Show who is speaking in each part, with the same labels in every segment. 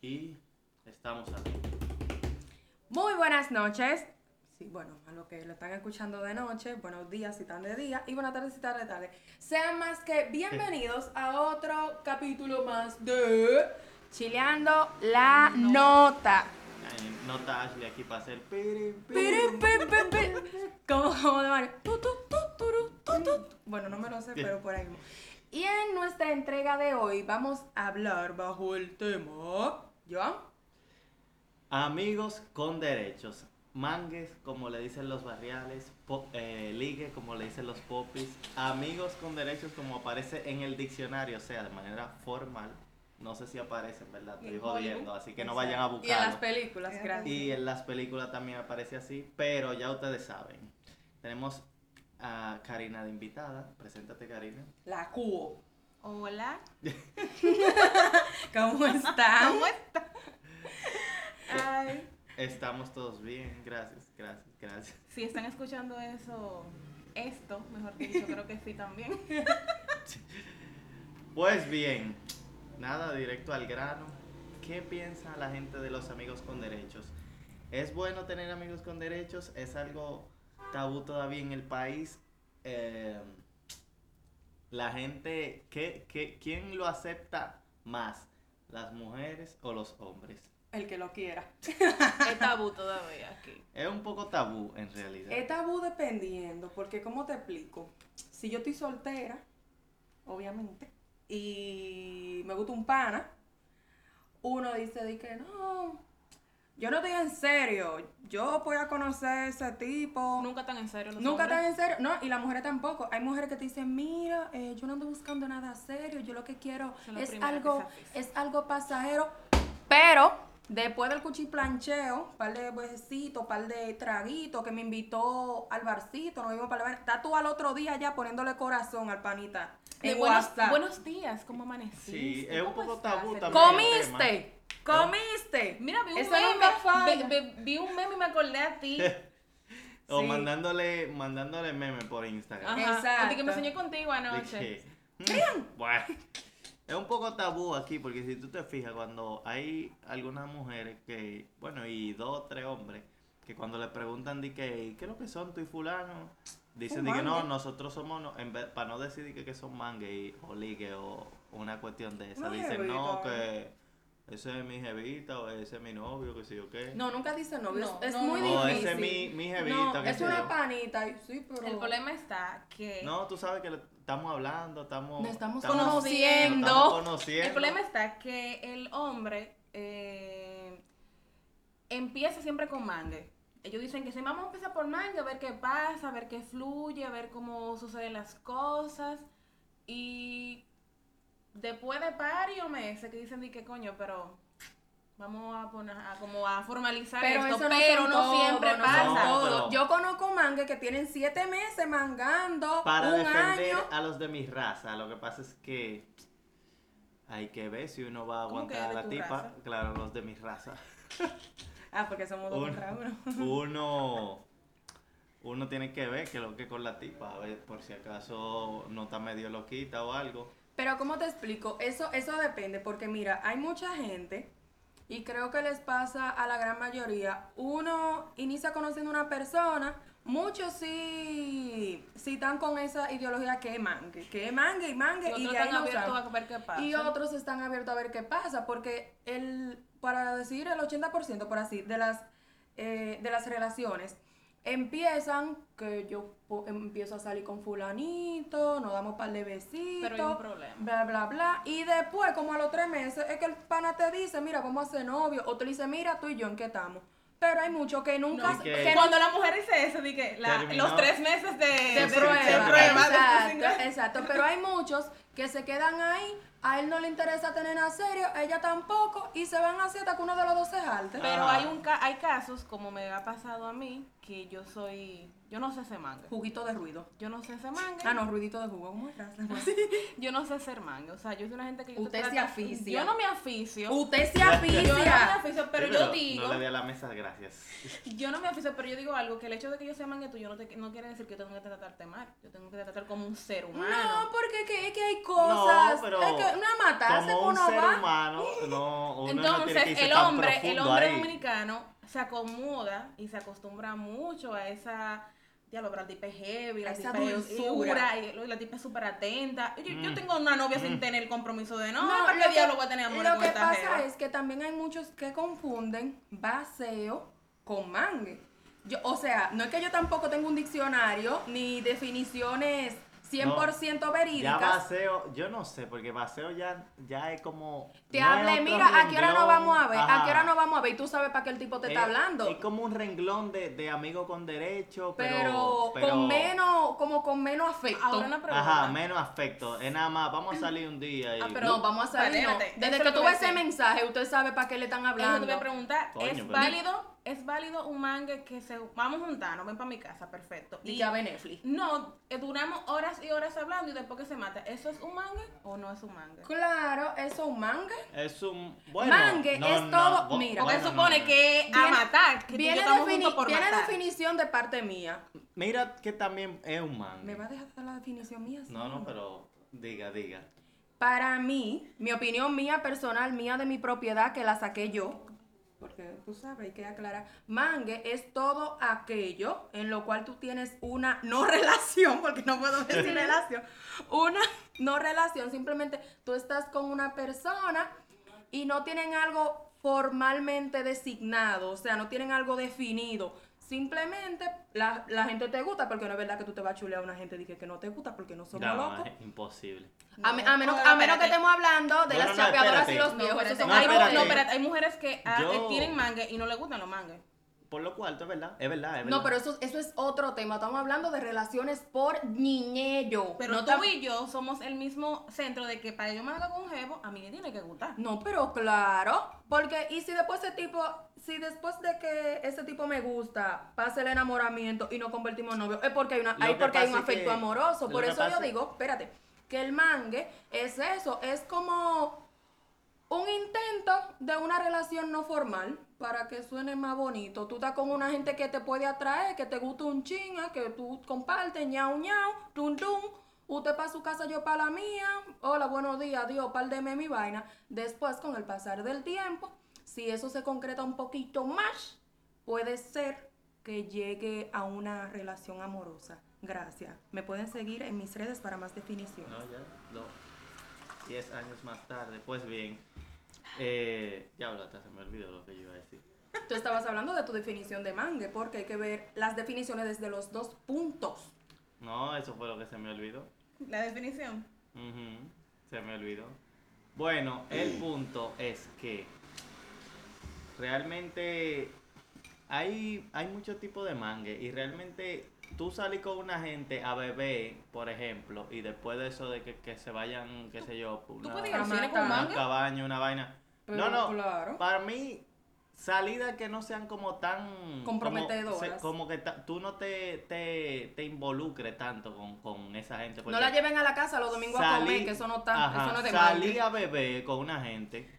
Speaker 1: Y estamos aquí.
Speaker 2: Muy buenas noches. Sí, bueno, a los que lo están escuchando de noche, buenos días si están de día y buenas tardes si están de tarde. Sean más que bienvenidos a otro capítulo más de Chileando la Nota.
Speaker 1: Ay, Eh, No está Ashley aquí para hacer pirim,
Speaker 2: Pirim,
Speaker 1: pirim.
Speaker 2: pim, pim, pim. Como como de Mario. Tu, tu, tu, turu, tu, tu. Bueno, no me lo sé, pero por ahí. mismo. Y en nuestra entrega de hoy vamos a hablar bajo el tema. ¿Joan?
Speaker 1: Amigos con derechos. Mangues, como le dicen los barriales. po- eh, ligue, como le dicen los popis. Amigos con derechos, como aparece en el diccionario, o sea, de manera formal. No sé si aparece, en verdad,
Speaker 3: Y
Speaker 1: estoy
Speaker 3: en Hollywood.
Speaker 1: jodiendo, así que no vayan a
Speaker 2: Y en las
Speaker 1: buscarlo.
Speaker 2: películas, gracias.
Speaker 1: Y en las películas también aparece así, pero ya ustedes saben. Tenemos a Karina de invitada. Preséntate, Karina.
Speaker 2: La cubo.
Speaker 3: Hola.
Speaker 2: ¿Cómo están?
Speaker 3: Ay,
Speaker 1: Estamos todos bien, gracias, gracias, gracias.
Speaker 3: si están escuchando eso, esto, mejor dicho, creo que sí también.
Speaker 1: Pues bien, nada, directo al grano. ¿Qué piensa la gente de los amigos con derechos? ¿Es bueno tener amigos con derechos? ¿Es algo tabú todavía en el país? Eh, la gente, ¿qué, qué, ¿quién lo acepta más? ¿Las mujeres o los hombres?
Speaker 2: El que lo quiera.
Speaker 3: Es tabú todavía aquí.
Speaker 1: Es un poco tabú en realidad.
Speaker 2: Es tabú dependiendo, porque ¿cómo te explico? Si yo estoy soltera, obviamente, y me gusta un pana, uno dice de que no, yo no estoy en serio, yo voy a conocer a ese tipo.
Speaker 3: Nunca tan en serio los
Speaker 2: Nunca estás
Speaker 3: hombres. Eh,
Speaker 2: en serio, no, y las mujeres tampoco. Hay mujeres que te dicen, mira, eh, yo no ando buscando nada serio, yo lo que quiero
Speaker 3: Son las
Speaker 2: es
Speaker 3: primeras
Speaker 2: algo,
Speaker 3: que se
Speaker 2: es algo pasajero. Pero después del cuchiplancheo, par de huesecitos, par de traguitos que me invitó al barcito, nos vimos para ver, está tú al otro día ya poniéndole corazón al panita.
Speaker 3: De
Speaker 2: En
Speaker 3: buenos,
Speaker 2: WhatsApp.
Speaker 3: buenos días, ¿cómo amaneciste?
Speaker 1: Sí, es un
Speaker 3: ¿Cómo
Speaker 1: poco
Speaker 3: estás? Este,
Speaker 1: tabú también.
Speaker 2: comiste, comiste.
Speaker 3: Mira, vi un
Speaker 2: Eso
Speaker 3: meme.
Speaker 2: nunca falla.
Speaker 3: ve- ve- vi un meme y me acordé a ti.
Speaker 1: O
Speaker 2: sí.
Speaker 1: mandándole, mandándole meme por Instagram.
Speaker 3: Ajá.
Speaker 2: Exacto.
Speaker 3: O de que me soñé contigo
Speaker 1: Dije,
Speaker 3: anoche.
Speaker 1: "Mm, bueno". Es un poco tabú aquí, porque si tú te fijas, cuando hay algunas mujeres que, bueno, y dos o tres hombres, que cuando le preguntan, di que, ¿qué es lo que son tú y fulano? Dicen,
Speaker 2: Un
Speaker 1: di que no,
Speaker 2: mangue.
Speaker 1: nosotros somos, no, en vez, para no decir di que, que son mangue y- o ligue o una cuestión de esa,
Speaker 2: Una
Speaker 1: dicen, no,
Speaker 2: jevita". ¿eh?
Speaker 1: que ese es mi jevita o ese es mi novio, que sé yo qué.
Speaker 2: No, nunca dice novio,
Speaker 3: No,
Speaker 2: es, es
Speaker 3: no,
Speaker 2: muy
Speaker 3: no.
Speaker 1: o
Speaker 2: difícil.
Speaker 1: ese es mi, mi jevita,
Speaker 2: No,
Speaker 1: qué
Speaker 2: es
Speaker 1: sé
Speaker 2: una
Speaker 1: yo.
Speaker 2: panita, y- sí, pero...
Speaker 3: El problema está que.
Speaker 1: No, tú sabes que le- estamos hablando, estamos...
Speaker 2: Nos estamos
Speaker 3: conociendo.
Speaker 1: nos estamos conociendo.
Speaker 3: El problema está que el hombre eh, empieza siempre con mangue. Ellos dicen que sí, vamos a empezar por mangue, a ver qué pasa, a ver qué fluye, a ver cómo suceden las cosas. Y después de varios meses que dicen, di que coño, pero vamos a poner, a como a formalizar
Speaker 2: Pero
Speaker 3: esto,
Speaker 2: eso no
Speaker 3: pero
Speaker 2: son
Speaker 3: no
Speaker 2: todos,
Speaker 3: siempre
Speaker 2: no son
Speaker 3: pasa.
Speaker 1: todos.
Speaker 2: todos.
Speaker 1: No.
Speaker 2: Yo conozco mangas que tienen siete meses mangando,
Speaker 1: Para
Speaker 2: un
Speaker 1: defender
Speaker 2: año.
Speaker 1: a los de mi raza, lo que pasa es que hay que ver si uno va a
Speaker 3: ¿Cómo que
Speaker 1: aguantar a
Speaker 3: de
Speaker 1: la
Speaker 3: tu
Speaker 1: tipa.
Speaker 3: raza?
Speaker 1: Claro, los de mi raza.
Speaker 2: Ah, porque somos dos
Speaker 1: Un-
Speaker 2: contra uno.
Speaker 1: Uno, uno tiene que ver que lo que con la tipa, a ver por si acaso no está medio loquita o algo.
Speaker 2: Pero ¿cómo te explico? Eso, eso depende, porque mira, hay mucha gente, y creo que les pasa a la gran mayoría, uno inicia conociendo una persona, muchos sí, sí están con esa ideología que es mangue, que es mangue y
Speaker 3: Y
Speaker 2: mangue, y,
Speaker 3: otros
Speaker 2: de ahí
Speaker 3: están
Speaker 2: no
Speaker 3: abiertos
Speaker 2: salen.
Speaker 3: a ver qué pasa.
Speaker 2: Y otros están abiertos a ver qué pasa, porque el, para decir el 80%, por así, de las, eh, de las relaciones, empiezan que yo po- empiezo a salir con fulanito, nos damos par de besitos,
Speaker 3: pero hay un problema.
Speaker 2: bla, bla, bla, y después, como a los tres meses, es que el pana te dice, mira, vamos a ser novios, o te dice, mira, tú y yo, ¿en qué estamos? Pero hay muchos que nunca...
Speaker 1: No, y que-
Speaker 2: que no-
Speaker 3: Cuando la mujer dice eso, di que la-
Speaker 1: Terminó.
Speaker 3: los tres meses de,
Speaker 2: de
Speaker 3: de- de
Speaker 2: prueba.
Speaker 3: prueba, de
Speaker 2: exacto,
Speaker 3: cocina.
Speaker 2: exacto. Pero hay muchos que se quedan ahí, a él no le interesa tener a serio, a ella tampoco, y se van así hasta que uno de los dos se jalte.
Speaker 3: Pero
Speaker 1: Ah.
Speaker 3: hay, un ca- hay casos, como me ha pasado a mí, que yo soy Yo no sé ese manga.
Speaker 2: Juguito de ruido.
Speaker 3: Yo no sé ese manga.
Speaker 2: Ah, no, ruidito de jugo. ¿Cómo era?
Speaker 3: Yo no sé ser manga. O sea, yo soy una gente que. yo
Speaker 2: Usted se
Speaker 3: trata-
Speaker 2: aficia.
Speaker 3: Yo no me aficio.
Speaker 2: Usted se
Speaker 3: Yo no me
Speaker 2: aficia.
Speaker 3: aficio, pero
Speaker 1: Sí,
Speaker 3: yo digo.
Speaker 1: No le dé a la mesa, gracias.
Speaker 3: Yo no me aficio, pero yo digo algo: que el hecho de que yo sea manga tú, yo no, te, no quiere decir que yo tengo que tratarte mal. Yo tengo que tratarte como un ser humano.
Speaker 2: No, porque que- es que hay
Speaker 1: No,
Speaker 2: cosas.
Speaker 1: pero
Speaker 2: es que una matanza que
Speaker 1: Como un
Speaker 2: uno
Speaker 1: ser
Speaker 2: va.
Speaker 1: humano, no, uno no tiene que
Speaker 3: Entonces,
Speaker 1: irse
Speaker 3: el
Speaker 1: tan
Speaker 3: hombre, el
Speaker 1: profundo
Speaker 3: hombre
Speaker 1: ahí.
Speaker 3: dominicano se acomoda y se acostumbra mucho a esa. Ya lo tipa es heavy,
Speaker 2: A
Speaker 3: la
Speaker 2: esa
Speaker 3: tipa es
Speaker 2: dulzura.
Speaker 3: dura, y la tipa es súper atenta. Yo, yo
Speaker 1: Mm.
Speaker 3: tengo una novia sin
Speaker 1: Mm.
Speaker 3: tener el compromiso de no,
Speaker 2: No,
Speaker 3: ¿para
Speaker 2: lo
Speaker 3: qué
Speaker 2: que-
Speaker 3: diablo voy a tener amor
Speaker 2: Lo
Speaker 3: con
Speaker 2: que
Speaker 3: esta
Speaker 2: pasa
Speaker 3: jeva?
Speaker 2: es que también hay muchos que confunden baseo con mangue. Yo, o sea, no es que yo tampoco tengo un diccionario ni definiciones 100%
Speaker 1: Ya
Speaker 2: verídicas.
Speaker 1: baseo, yo no sé, porque baseo ya, ya es como.
Speaker 2: te
Speaker 1: no es
Speaker 2: hablé,
Speaker 1: otro
Speaker 2: mira, ¿a qué hora nos
Speaker 1: renglón,
Speaker 2: vamos a ver? ¿A
Speaker 1: ajá. Eh,
Speaker 2: qué hora nos vamos a ver? Y tú sabes para qué el tipo te está
Speaker 1: Es-
Speaker 2: hablando.
Speaker 1: Es como un renglón de, de amigo con derecho,
Speaker 2: pero,
Speaker 1: pero.
Speaker 2: con menos, como con menos afecto.
Speaker 3: Ahora una pregunta.
Speaker 1: Ajá, menos afecto. Es nada más, vamos a salir un día y.
Speaker 3: Ah, pero-
Speaker 2: no, vamos a salir. no.
Speaker 3: Espérate, eso
Speaker 2: Desde
Speaker 3: es
Speaker 2: que
Speaker 3: lo que
Speaker 2: tú
Speaker 3: voy a
Speaker 2: ves ese
Speaker 3: decir.
Speaker 2: mensaje, usted sabe para qué le están
Speaker 3: Eso te
Speaker 2: hablando.
Speaker 3: voy a preguntar,
Speaker 1: Coño,
Speaker 3: ¿es
Speaker 1: pero-
Speaker 3: válido, ¿es válido un manga que se... Vamos a juntarnos, ven para mi casa, perfecto.
Speaker 2: Y
Speaker 3: Y
Speaker 2: ya ve Netflix.
Speaker 3: no, eh, duramos horas y horas hablando y después que se mata. ¿Eso es un manga o no es un manga?
Speaker 2: Claro, eso es un manga.
Speaker 1: Es un. Bueno.
Speaker 2: Mangue
Speaker 1: no,
Speaker 2: es
Speaker 1: no,
Speaker 2: todo-
Speaker 1: bo-
Speaker 2: mira,
Speaker 3: Porque
Speaker 1: bueno, no,
Speaker 3: supone
Speaker 1: no.
Speaker 3: que a
Speaker 2: Viene-
Speaker 3: matar, que tú y yo
Speaker 2: Viene,
Speaker 3: estamos
Speaker 2: defini-
Speaker 3: juntos por
Speaker 2: viene
Speaker 3: matar.
Speaker 2: definición de parte mía.
Speaker 1: Mira que también es un mangue.
Speaker 2: ¿Me va a dejar dar la definición mía?
Speaker 1: No, no,
Speaker 2: señor?
Speaker 1: pero. Diga, diga.
Speaker 2: Para mí, mi opinión mía personal, mía de mi propiedad, que la saqué yo, porque tú sabes, hay que aclarar, mangue es todo aquello en lo cual tú tienes una no relación, porque no puedo decir relación, una no relación, simplemente tú estás con una persona y no tienen algo formalmente designado, o sea, no tienen algo definido. Simplemente la, la gente te gusta, porque no es verdad que tú te vas a chulear a una gente y que, que no te gusta, porque no somos
Speaker 1: No,
Speaker 2: locos.
Speaker 1: es imposible.
Speaker 2: A, me- a menos,
Speaker 3: No,
Speaker 2: a menos que
Speaker 3: espérate.
Speaker 2: estemos hablando de
Speaker 1: No,
Speaker 2: las
Speaker 1: no, no,
Speaker 2: chapeadoras
Speaker 1: espérate.
Speaker 2: y los
Speaker 3: No,
Speaker 2: viejos.
Speaker 3: espérate,
Speaker 2: esos
Speaker 1: No,
Speaker 2: son
Speaker 3: hay, mu-
Speaker 1: espérate.
Speaker 3: no,
Speaker 2: algo que-
Speaker 3: espérate, hay mujeres que ah,
Speaker 1: Yo-
Speaker 3: eh, tienen manga y no les gustan los mangas.
Speaker 1: Por lo cual, es verdad. Es verdad, es verdad.
Speaker 2: No, pero eso, eso es otro tema. Estamos hablando de relaciones por niñello.
Speaker 3: Pero
Speaker 2: no,
Speaker 3: tú
Speaker 2: tam-
Speaker 3: y yo somos el mismo centro de que para yo me haga con un jevo, a mí me tiene que gustar.
Speaker 2: no, pero claro. Porque, y si después ese tipo, si después de que ese tipo me gusta, pasa el enamoramiento y nos convertimos en novios, es porque hay una,
Speaker 1: Lo
Speaker 2: hay
Speaker 1: que
Speaker 2: porque hay un
Speaker 1: pasa es
Speaker 2: afecto
Speaker 1: que-
Speaker 2: amoroso.
Speaker 1: lo
Speaker 2: Por
Speaker 1: que
Speaker 2: eso yo
Speaker 1: pasa-
Speaker 2: digo, espérate, que el mangue es eso, es como un intento de una relación no formal para que suene más bonito. Tú estás con una gente que te puede atraer, que te gusta un chinga, que tú compartes, ñau ñau, tum tum. Usted para su casa, yo para la mía. Hola, buenos días, Dios, par de mi vaina. Después, con el pasar del tiempo, si eso se concreta un poquito más, puede ser que llegue a una relación amorosa. Gracias. Me pueden seguir en mis redes para más definiciones.
Speaker 1: No, ya, no. Diez años más tarde. Pues bien. Eh, ya hablo, hasta se me olvidó lo que yo iba a decir.
Speaker 2: Tú estabas hablando de tu definición de mangue, porque hay que ver las definiciones desde los dos puntos.
Speaker 1: No, eso fue lo que se me olvidó.
Speaker 3: La definición.
Speaker 1: Ujú, Se me olvidó. Bueno, el punto es que realmente hay, hay mucho tipo de mangue y realmente tú salís con una gente a beber, por ejemplo, y después de eso de que, que se vayan, qué sé yo,
Speaker 3: ¿Tú
Speaker 1: una,
Speaker 3: puedes ir al
Speaker 2: Una
Speaker 3: cine con un
Speaker 2: mata.
Speaker 1: una
Speaker 3: manga?
Speaker 1: cabaña, una vaina.
Speaker 2: Pero,
Speaker 1: no, no,
Speaker 2: claro.
Speaker 1: para mí salidas que no sean como tan
Speaker 2: Comprometedoras.
Speaker 1: como, se- como que ta- tú no te, te, te involucres tanto con, con esa gente
Speaker 2: No la
Speaker 1: porque-
Speaker 2: lleven a la casa los domingos a
Speaker 1: pues Salí-
Speaker 2: comer, que eso no está,
Speaker 1: Ajá,
Speaker 2: eso no es de
Speaker 1: Salí
Speaker 2: mangue.
Speaker 1: a beber con una gente.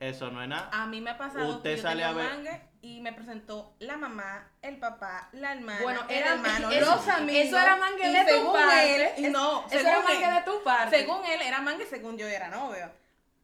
Speaker 1: Eso no es
Speaker 2: Ah,
Speaker 1: nada.
Speaker 3: A mí me ha pasado
Speaker 1: Usted
Speaker 3: que yo
Speaker 1: sale
Speaker 3: tenía
Speaker 1: a ver-
Speaker 3: manga y me presentó la mamá, el papá, la hermana,
Speaker 2: Bueno,
Speaker 3: el
Speaker 2: era-
Speaker 3: hermano,
Speaker 2: eso-
Speaker 3: los amigos.
Speaker 2: eso era mangue
Speaker 3: y
Speaker 2: de tu
Speaker 3: según
Speaker 2: parte.
Speaker 3: él-
Speaker 2: Es-
Speaker 3: no,
Speaker 2: Eso era
Speaker 3: según él-
Speaker 2: mangue de tu parte.
Speaker 3: Según él era manga y según yo era novio.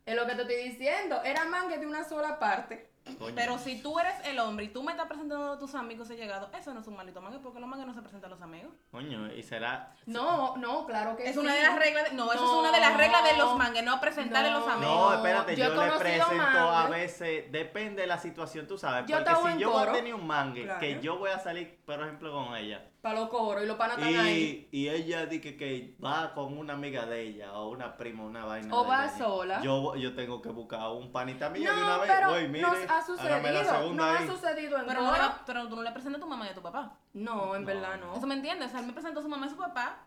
Speaker 2: Es lo que te estoy diciendo, era mangue de una sola parte.
Speaker 1: Coño.
Speaker 3: Pero si tú eres el hombre y tú me estás presentando a tus amigos y llegados, eso no es un maldito manga porque los mangas no se presentan a los amigos.
Speaker 1: Coño, y será.
Speaker 2: No, no, claro que
Speaker 3: Es una de
Speaker 2: sí.
Speaker 3: las reglas. de- no, eso
Speaker 2: No.
Speaker 3: es una de las reglas de los mangas, no presentarle
Speaker 2: No.
Speaker 3: los amigos.
Speaker 1: No, espérate, yo,
Speaker 2: yo he
Speaker 1: le
Speaker 2: conocido
Speaker 1: presento a
Speaker 2: mangue.
Speaker 1: veces, depende de la situación, tú sabes.
Speaker 2: Yo
Speaker 1: porque
Speaker 2: estaba
Speaker 1: si
Speaker 2: en
Speaker 1: yo voy a
Speaker 2: coro.
Speaker 1: tener un mangue,
Speaker 2: Claro.
Speaker 1: que yo voy a salir, por ejemplo, con ella.
Speaker 2: Para los coros y los panas están ahí.
Speaker 1: Y, y ella dice que, que va con una amiga de ella, o una prima, una vaina.
Speaker 2: O
Speaker 1: de
Speaker 2: va
Speaker 1: ella.
Speaker 2: sola.
Speaker 1: Yo, yo tengo que buscar un panita mío de una
Speaker 2: No,
Speaker 1: vez.
Speaker 2: pero
Speaker 1: Oye, mire,
Speaker 2: nos ha
Speaker 1: hágame la
Speaker 2: sucedido,
Speaker 1: segunda
Speaker 2: nos ha
Speaker 1: ahí.
Speaker 2: sucedido en
Speaker 3: Pero, no,
Speaker 2: coro.
Speaker 3: le- pero tú no le presentas a tu mamá y a tu papá.
Speaker 2: No, en
Speaker 1: No.
Speaker 2: verdad no.
Speaker 3: Eso me entiendes. O sea, él me presentó a su mamá y a su papá.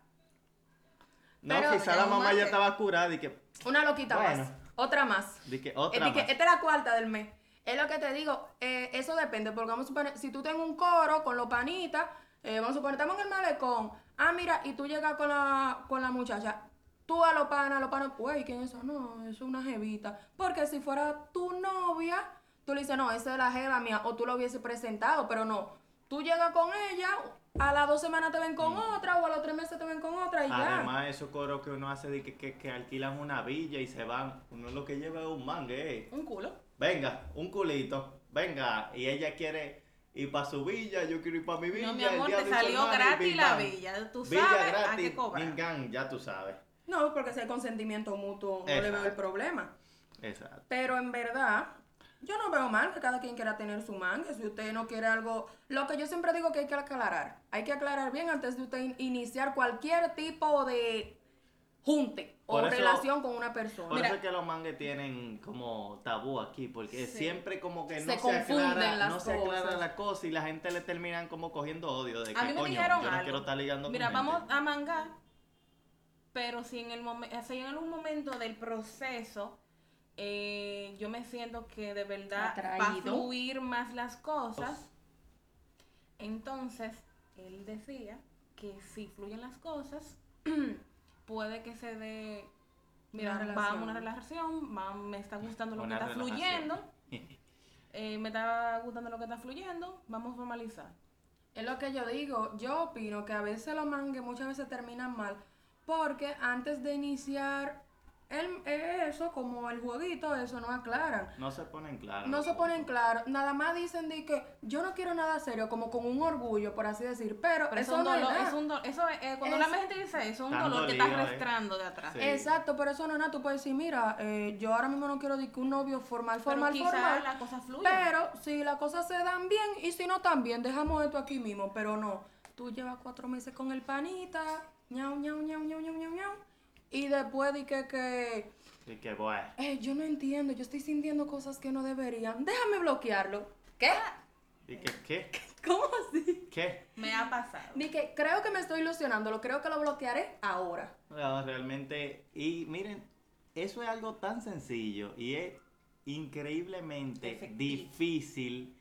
Speaker 1: No,
Speaker 2: pero-
Speaker 1: quizá la
Speaker 3: un
Speaker 1: mamá
Speaker 3: mangue.
Speaker 1: ya estaba curada y que,
Speaker 2: Una loquita
Speaker 1: Bueno.
Speaker 2: más, otra más.
Speaker 1: di que
Speaker 2: Eh,
Speaker 1: otra
Speaker 2: di que
Speaker 1: más.
Speaker 2: esta es la cuarta del mes. Es lo que te digo, eh, eso depende, porque vamos a suponer, si tú tengo un coro con los panitas, eh, vamos a suponer, estamos en el malecón. Ah, mira, y tú llegas con la, con la muchacha. Tú a los panas, a los panas, pues, ¿y ¿quién es eso? No, es una jevita. Porque si fuera tu novia, tú le dices, no, esa es la jeva mía, o tú la hubiese presentado, pero no. Tú llegas con ella, a las dos semanas te ven con otra, o a los tres meses te ven con otra, y ya.
Speaker 1: Mm. Además, esos coros que uno hace de que, que, que alquilan una villa y se van, uno lo que lleva es un mangue. eh.
Speaker 3: Un culo.
Speaker 1: Venga, un culito, venga. Y ella quiere ir para su villa, yo quiero ir para mi villa.
Speaker 3: No, mi
Speaker 1: el
Speaker 3: amor, te
Speaker 1: diablo y su
Speaker 3: salió
Speaker 1: hermano, y
Speaker 3: gratis
Speaker 1: bing,
Speaker 3: la
Speaker 1: bang.
Speaker 3: villa. Tú
Speaker 1: Villa
Speaker 3: sabes a
Speaker 1: gratis,
Speaker 3: qué cobrar.
Speaker 1: Mingan, ya tú sabes.
Speaker 2: No, porque si hay consentimiento mutuo, no le veo el
Speaker 1: Exacto.
Speaker 2: problema.
Speaker 1: Exacto.
Speaker 2: Pero en verdad, yo no veo mal que cada quien quiera tener su manga. Si usted no quiere algo, lo que yo siempre digo que hay que aclarar. Hay que aclarar bien antes de usted in- iniciar cualquier tipo de junte o
Speaker 1: Por eso-
Speaker 2: relación con una persona.
Speaker 1: Por
Speaker 3: Mira.
Speaker 1: eso es que los mangues tienen como tabú aquí, porque
Speaker 3: Sí.
Speaker 1: siempre como que no
Speaker 2: Se
Speaker 1: se,
Speaker 2: confunden
Speaker 1: aclara,
Speaker 2: las
Speaker 1: no se aclara
Speaker 2: cosas.
Speaker 1: la cosa y la gente le terminan como cogiendo odio de que
Speaker 3: A mí me
Speaker 1: coño,
Speaker 3: dijeron
Speaker 1: yo no
Speaker 3: algo.
Speaker 1: quiero estar ligando
Speaker 3: Mira,
Speaker 1: con gente".
Speaker 3: vamos a mangar, pero si en el momento, si en algún momento del proceso eh, yo me siento que de verdad va a
Speaker 2: Atraído.
Speaker 3: fluir más las cosas, entonces él decía que si fluyen las cosas, puede que se dé, mira,
Speaker 2: Una
Speaker 3: va
Speaker 2: relación.
Speaker 3: una relación, va- me está gustando lo
Speaker 1: Una
Speaker 3: que está
Speaker 1: relajación.
Speaker 3: fluyendo, eh, me está gustando lo que está fluyendo, vamos a formalizar.
Speaker 2: Es lo que yo digo, yo opino que a veces los mangues muchas veces terminan mal porque antes de iniciar el- eso, como el jueguito, eso no aclaran.
Speaker 1: No se ponen claros.
Speaker 2: No
Speaker 1: los
Speaker 2: se ponen
Speaker 1: puntos.
Speaker 2: claro, nada más dicen de que yo no quiero nada serio, como con un orgullo, por así decir, pero,
Speaker 3: Pero
Speaker 2: eso
Speaker 3: es un
Speaker 2: no es
Speaker 3: dolor,
Speaker 2: nada.
Speaker 3: es un dolor, eso es, eh, cuando
Speaker 2: Es-
Speaker 3: la gente dice eso, es un
Speaker 1: Tan
Speaker 3: dolor que está
Speaker 1: dolido, eh.
Speaker 3: arrastrando de atrás.
Speaker 1: Sí.
Speaker 2: Exacto, pero eso no es nada, tú puedes decir, mira, eh, yo ahora mismo no quiero de que un novio formal,
Speaker 3: Pero
Speaker 2: formal,
Speaker 3: quizá
Speaker 2: formal,
Speaker 3: la cosa fluye.
Speaker 2: pero si las cosas se dan bien y si no también, dejamos esto aquí mismo, pero no, tú llevas cuatro meses con el panita, ñau, ñau, ñau, ñau, ñau, ñau, ñau, y después di que, que
Speaker 1: Y que bueno.
Speaker 2: "Eh, yo no entiendo, yo estoy sintiendo cosas que no deberían, déjame bloquearlo. ¿Qué?
Speaker 3: Ah.
Speaker 1: Y que qué,
Speaker 2: ¿Cómo así?
Speaker 1: qué.
Speaker 3: me ha pasado.
Speaker 2: Ni que creo que me estoy ilusionando, lo creo que lo bloquearé ahora.
Speaker 1: No, realmente, y miren, eso es algo tan sencillo y es increíblemente
Speaker 3: Efectivo.
Speaker 1: difícil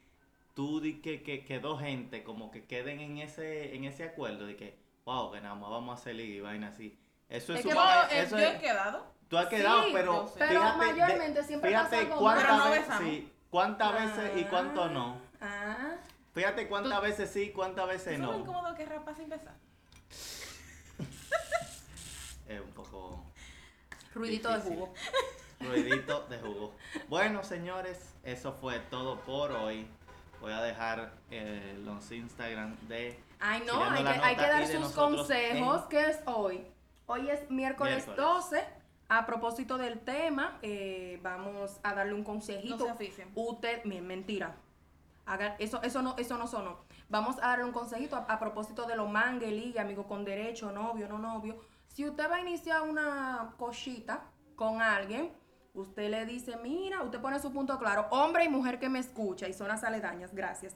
Speaker 1: tú di que, que, que dos gente como que queden en ese, en ese acuerdo de que, wow, que nada más vamos a hacer liga y vaina así. Eso es,
Speaker 2: Es que
Speaker 3: Yo,
Speaker 1: suma-
Speaker 3: eh,
Speaker 1: eso
Speaker 3: yo
Speaker 1: es-
Speaker 3: he quedado.
Speaker 1: Tú has quedado,
Speaker 3: Sí, yo
Speaker 1: pero,
Speaker 3: sé.
Speaker 2: Pero
Speaker 1: fíjate de-
Speaker 2: mayormente siempre
Speaker 1: fíjate
Speaker 2: pasa algo
Speaker 1: cuántas
Speaker 3: malo. Pero no
Speaker 1: veces,
Speaker 3: besamos.
Speaker 1: sí, cuántas veces y cuánto no.
Speaker 2: Ah,
Speaker 1: Fíjate cuántas veces sí, cuántas veces
Speaker 3: Eso es lo
Speaker 1: no.
Speaker 3: incómodo que es rapaz sin besar.
Speaker 1: Es un poco
Speaker 2: ruidito
Speaker 1: Difícil.
Speaker 2: de jugo.
Speaker 1: Ruidito de jugo. Bueno, señores, eso fue todo por hoy. Voy a dejar eh, los Instagram de
Speaker 2: Ay, no,
Speaker 1: Tirando
Speaker 2: hay que,
Speaker 1: la
Speaker 2: hay
Speaker 1: nota
Speaker 2: que
Speaker 1: y
Speaker 2: dar
Speaker 1: de
Speaker 2: sus
Speaker 1: nosotros
Speaker 2: consejos.
Speaker 1: en-
Speaker 2: ¿Qué es hoy? Hoy es miércoles,
Speaker 1: Miércoles.
Speaker 2: 12. A propósito del tema, eh, vamos a darle un consejito.
Speaker 3: No se aficien.
Speaker 2: Usted, mi- mentira. Haga- eso, eso no, eso no sonó. Vamos a darle un consejito a, a propósito de lo mangue, liga, amigo con derecho, novio, no novio. Si usted va a iniciar una cosita con alguien, usted le dice, mira, usted pone su punto claro, hombre y mujer que me escucha y zonas aledañas, gracias.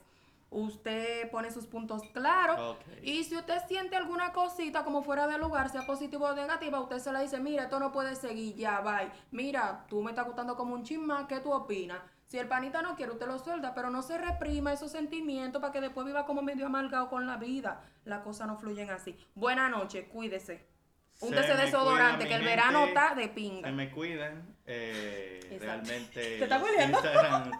Speaker 2: Usted pone sus puntos claros
Speaker 1: Ok.
Speaker 2: y si usted siente alguna cosita como fuera de lugar, sea positiva o negativa, usted se la dice, mira, esto no puede seguir, ya, bye. Mira, tú me estás gustando como un chisma, ¿qué tú opinas? Si el panita no quiere, usted lo suelta, pero no se reprima esos sentimientos para que después viva como medio amargado con la vida. Las cosas no fluyen así. Buena noche, cuídese.
Speaker 1: Se
Speaker 2: Úntese
Speaker 1: me
Speaker 2: desodorante,
Speaker 1: cuida,
Speaker 2: que el
Speaker 1: mi
Speaker 2: verano
Speaker 1: gente.
Speaker 2: está de
Speaker 1: Que
Speaker 2: pinga.
Speaker 1: me cuidan. eh,
Speaker 2: Exacto.
Speaker 1: realmente.
Speaker 2: ¿Te estás
Speaker 1: los
Speaker 2: cuidando?
Speaker 1: Instagram,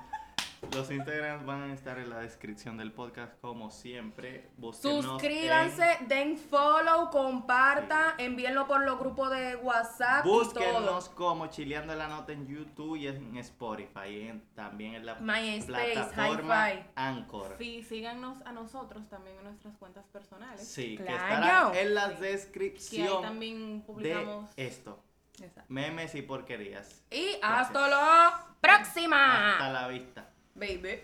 Speaker 1: los Instagram van a estar en la descripción del podcast, como siempre. Búsquenos en-
Speaker 2: Suscríbanse, den follow, compartan, envíenlo por los grupos de WhatsApp
Speaker 1: Búsquenos como Chileando la Nota en YouTube y en Spotify. y en- también en la
Speaker 2: MySpace,
Speaker 1: plataforma
Speaker 2: Hi-Fi.
Speaker 1: Anchor.
Speaker 3: Sí, síganos a nosotros también en nuestras cuentas personales.
Speaker 1: Sí, que
Speaker 2: Claro.
Speaker 1: estará en la
Speaker 3: Sí. Que ahí
Speaker 1: descripción
Speaker 3: también
Speaker 1: de
Speaker 3: publicamos.
Speaker 1: esto.
Speaker 3: Exacto.
Speaker 1: Memes y porquerías.
Speaker 2: y
Speaker 1: Gracias.
Speaker 2: hasta la próxima.
Speaker 3: Ah.
Speaker 1: Hasta la vista.
Speaker 2: Baby.